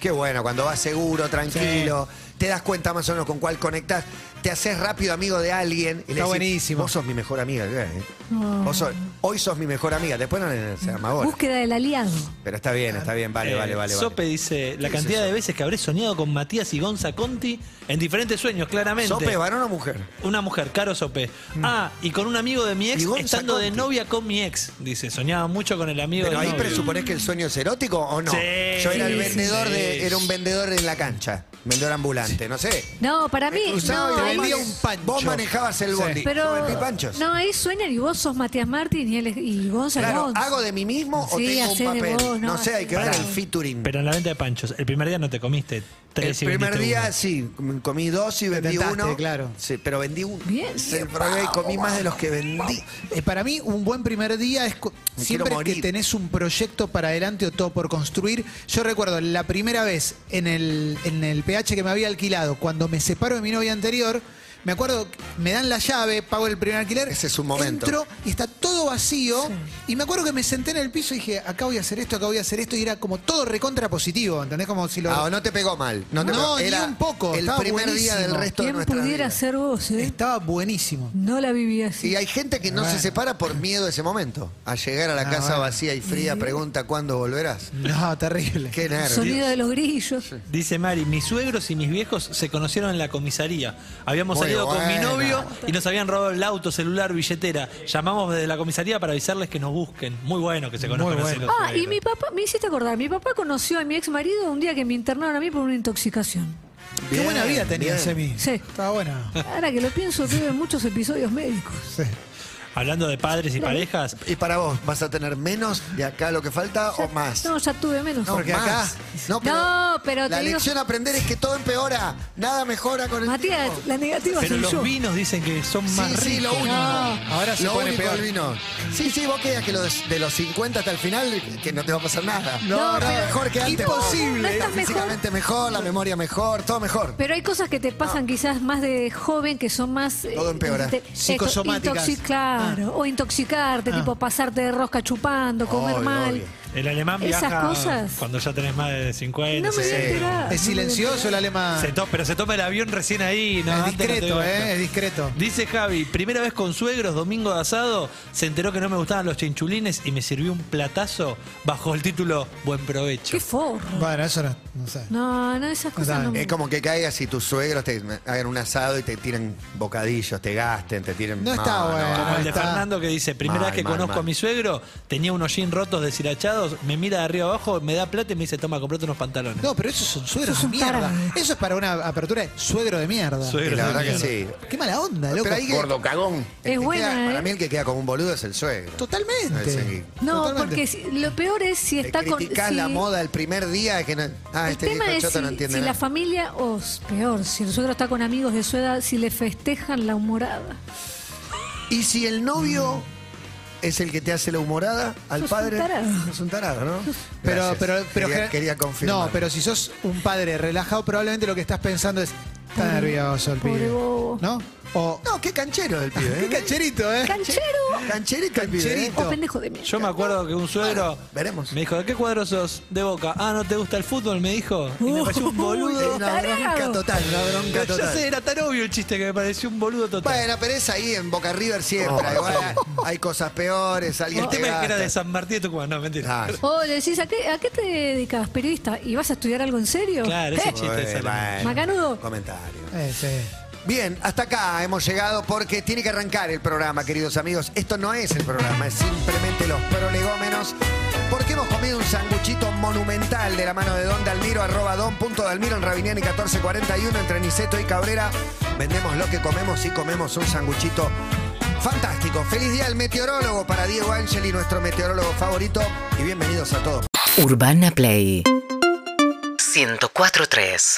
Qué bueno, cuando vas seguro, tranquilo, te das cuenta más o menos con cuál conectás, te haces rápido amigo de alguien. Y le Está decís, buenísimo. Vos sos mi mejor amiga. ¿eh? Vos sos- hoy sos mi mejor amiga, después no se arma ahora. Búsqueda del aliado. Pero está bien, está bien, vale, Eh, vale, vale. vale. Sope dice la ¿Qué cantidad es de veces que habré soñado con Matías y Gonza Conti en diferentes sueños, claramente. ¿Sope, varón o mujer? Una mujer, Caro Sope. Ah, y con un amigo de mi ex Y Gonza estando de Conti. novia con mi ex. Dice, soñaba mucho con el amigo Pero del ahí novio. presuponés que el sueño es erótico o no. Sí, Yo era el sí, vendedor sí. de, era un vendedor en la cancha, vendedor ambulante, no sé. No, para mí. Usaba No, y vos vendía mane- un pancho. Vos manejabas el Sí. bondi. Yo pero. vendí panchos. No, ahí sueñan y vos sos Matías Martín y, él es- y Gonzalo Claro, Gonza. ¿hago de mí mismo o Sí, tengo un hacé de papel? vos, no, no, sé, hay hacé que de ver vos. el featuring. Pero en la venta de panchos, el primer día no te comiste tres el y primer vendiste día uno. sí, comí dos y vendí Intentaste, uno. claro. Sí, pero vendí uno. Bien. Se probé y comí más de los que vendí. Eh, para mí, un buen primer día es cu- Me siempre quiero que morir. tenés un proyecto para adelante o todo por construir. Yo recuerdo la primera vez en el, en el PH que me había alquilado, cuando me separo de mi novia anterior, me acuerdo, que me dan la llave, pago el primer alquiler. Ese es un momento. Entro y está todo vacío. Y me acuerdo que me senté en el piso y dije, acá voy a hacer esto, acá voy a hacer esto. Y era como todo recontra positivo, ¿entendés? Como si lo. Ah, no te pegó mal. No, te No, pegó. ni Era un poco, El estaba primer día del buenísimo. resto de ¿Quién nuestra pudiera vida. ser vos, eh? Estaba buenísimo. No la viví así. Y hay gente que no se separa por miedo a ese momento. A llegar a la Ah, casa bueno. vacía y fría, pregunta cuándo volverás. No, terrible. Qué El nervios. sonido de los grillos. Dice Mari, mis suegros y mis viejos se conocieron en la comisaría. Habíamos Muy salido con mi buena. novio y nos habían robado el auto, celular, billetera. Llamamos desde la comisaría para avisarles que nos busquen. Muy bueno que se conozcan Muy así bueno. los Ah, y suegros. mi papá, me hiciste acordar, mi papá conoció a mi ex marido un día que me internaron a mí por una intoxicación. Qué buena vida tenía bien. Semi. Sí. Estaba buena. Ahora que lo pienso, tuve muchos episodios médicos. Hablando de padres y parejas. Y para vos, ¿vas a tener menos de acá lo que falta o más? No, ya tuve menos. No, porque acá. No, pero, No, pero la te digo- lección a aprender es que todo empeora, nada mejora con el Matías, tiempo. la negativa Pero soy los yo. vinos dicen que son más Sí, sí, lo ricos. único. Ahora se lo pone único peor. el vino. Sí, sí, vos quedas que los, de los 50 hasta el final, que no te va a pasar nada. No, Estás pero- mejor que antes. imposible. No estás mejor. Físicamente mejor, la memoria mejor, todo mejor. Pero hay cosas que te pasan quizás más de joven que son más... eh, Todo empeora. Ah. te- esto, Psicosomáticas. intoxi- claro, o intoxicarte, tipo pasarte de rosca chupando, comer Obvio, mal. obvio. El alemán Esas viaja cosas. cuando ya tenés más de 50. No me voy a 60. enterar. Es silencioso el alemán. Ah. Se to- pero se toma el avión recién ahí. No, Ah. es Antes no te discreto, digo ¿eh? Es esto. discreto. Dice Javi, primera vez con suegros, domingo de asado, se enteró que no me gustaban los chinchulines y me sirvió un platazo bajo el título Buen Provecho. Qué forro. Bueno, eso no, no sé. No, no, esas cosas no... Es como que caigas y tus suegros te hagan un asado y te tiran bocadillos, te gasten, te tiren. Ah, No está bueno. Como el de está. Fernando que dice, primera Mal, vez que mal, conozco mal. a mi suegro, tenía unos jeans rotos deshilachados, me mira de arriba abajo, me da plata y me dice, toma, comprate unos pantalones. No, pero esos son suegros Sos de un mierda. tarado. Eso es para una apertura de suegro de mierda. Suegro. Y la verdad que Pero sí. Qué mala onda, loco. Pero ahí que- Gordo cagón. el que Es buena, queda- ¿eh? Para mí el que queda como un boludo es el suegro. Totalmente. No, Totalmente. porque si- lo peor es si Le está con... criticás si- la moda el primer día que no, ah, el este tema viejo es choto si, no entiende si la nada. familia, o s- peor, si el suegro está con amigos de su edad, si le festejan la humorada. Y si el novio es el que te hace la humorada al Sos un padre, tarado. es un tarado, ¿no? Pero, Gracias. pero, pero quería, gener- quería confirmar. No, pero si sos un padre relajado, probablemente lo que estás pensando es. Está Pobre- nervioso el pobre pibe. bobo. ¿No? O. No, qué canchero el pibe. Qué ¿eh? cacherito, ¿eh? ¡Canchero! Cancherito el pibe. ¿eh? Cancherito. O pendejo de mierda. Yo me acuerdo que un suegro Bueno, veremos. me dijo, ¿de qué cuadro sos? De Boca. Ah, ¿no te gusta el fútbol? Me dijo. Y me pareció un boludo. Es Una bronca tarado. total, una bronca Pero ya total. sé, era tan obvio el chiste que me pareció un boludo total. Bueno, pero es ahí en Boca River siempre. Igual hay cosas peores, alguien el te tema es que era gasta. de San Martín de Tucumán, no, mentira. Ah, O Oh, le decís, ¿a qué, ¿a qué te dedicas, periodista? ¿Y vas a estudiar algo en serio? Claro, ese ¿Eh? chiste es alemán. bueno, Macanudo. Comentario. Eh, sí. Bien, hasta acá hemos llegado porque tiene que arrancar el programa, queridos amigos. Esto no es el programa, es simplemente los prolegómenos. Porque hemos comido un sanguchito monumental de la mano de Don Dalmiro, arroba don punto Dalmiro en Rabiniani 1441, entre Niceto y Cabrera. Vendemos lo que comemos y comemos un sanguchito fantástico. Feliz día al meteorólogo para Diego Angeli, nuestro meteorólogo favorito. Y bienvenidos a todos. Urbana Play 104.3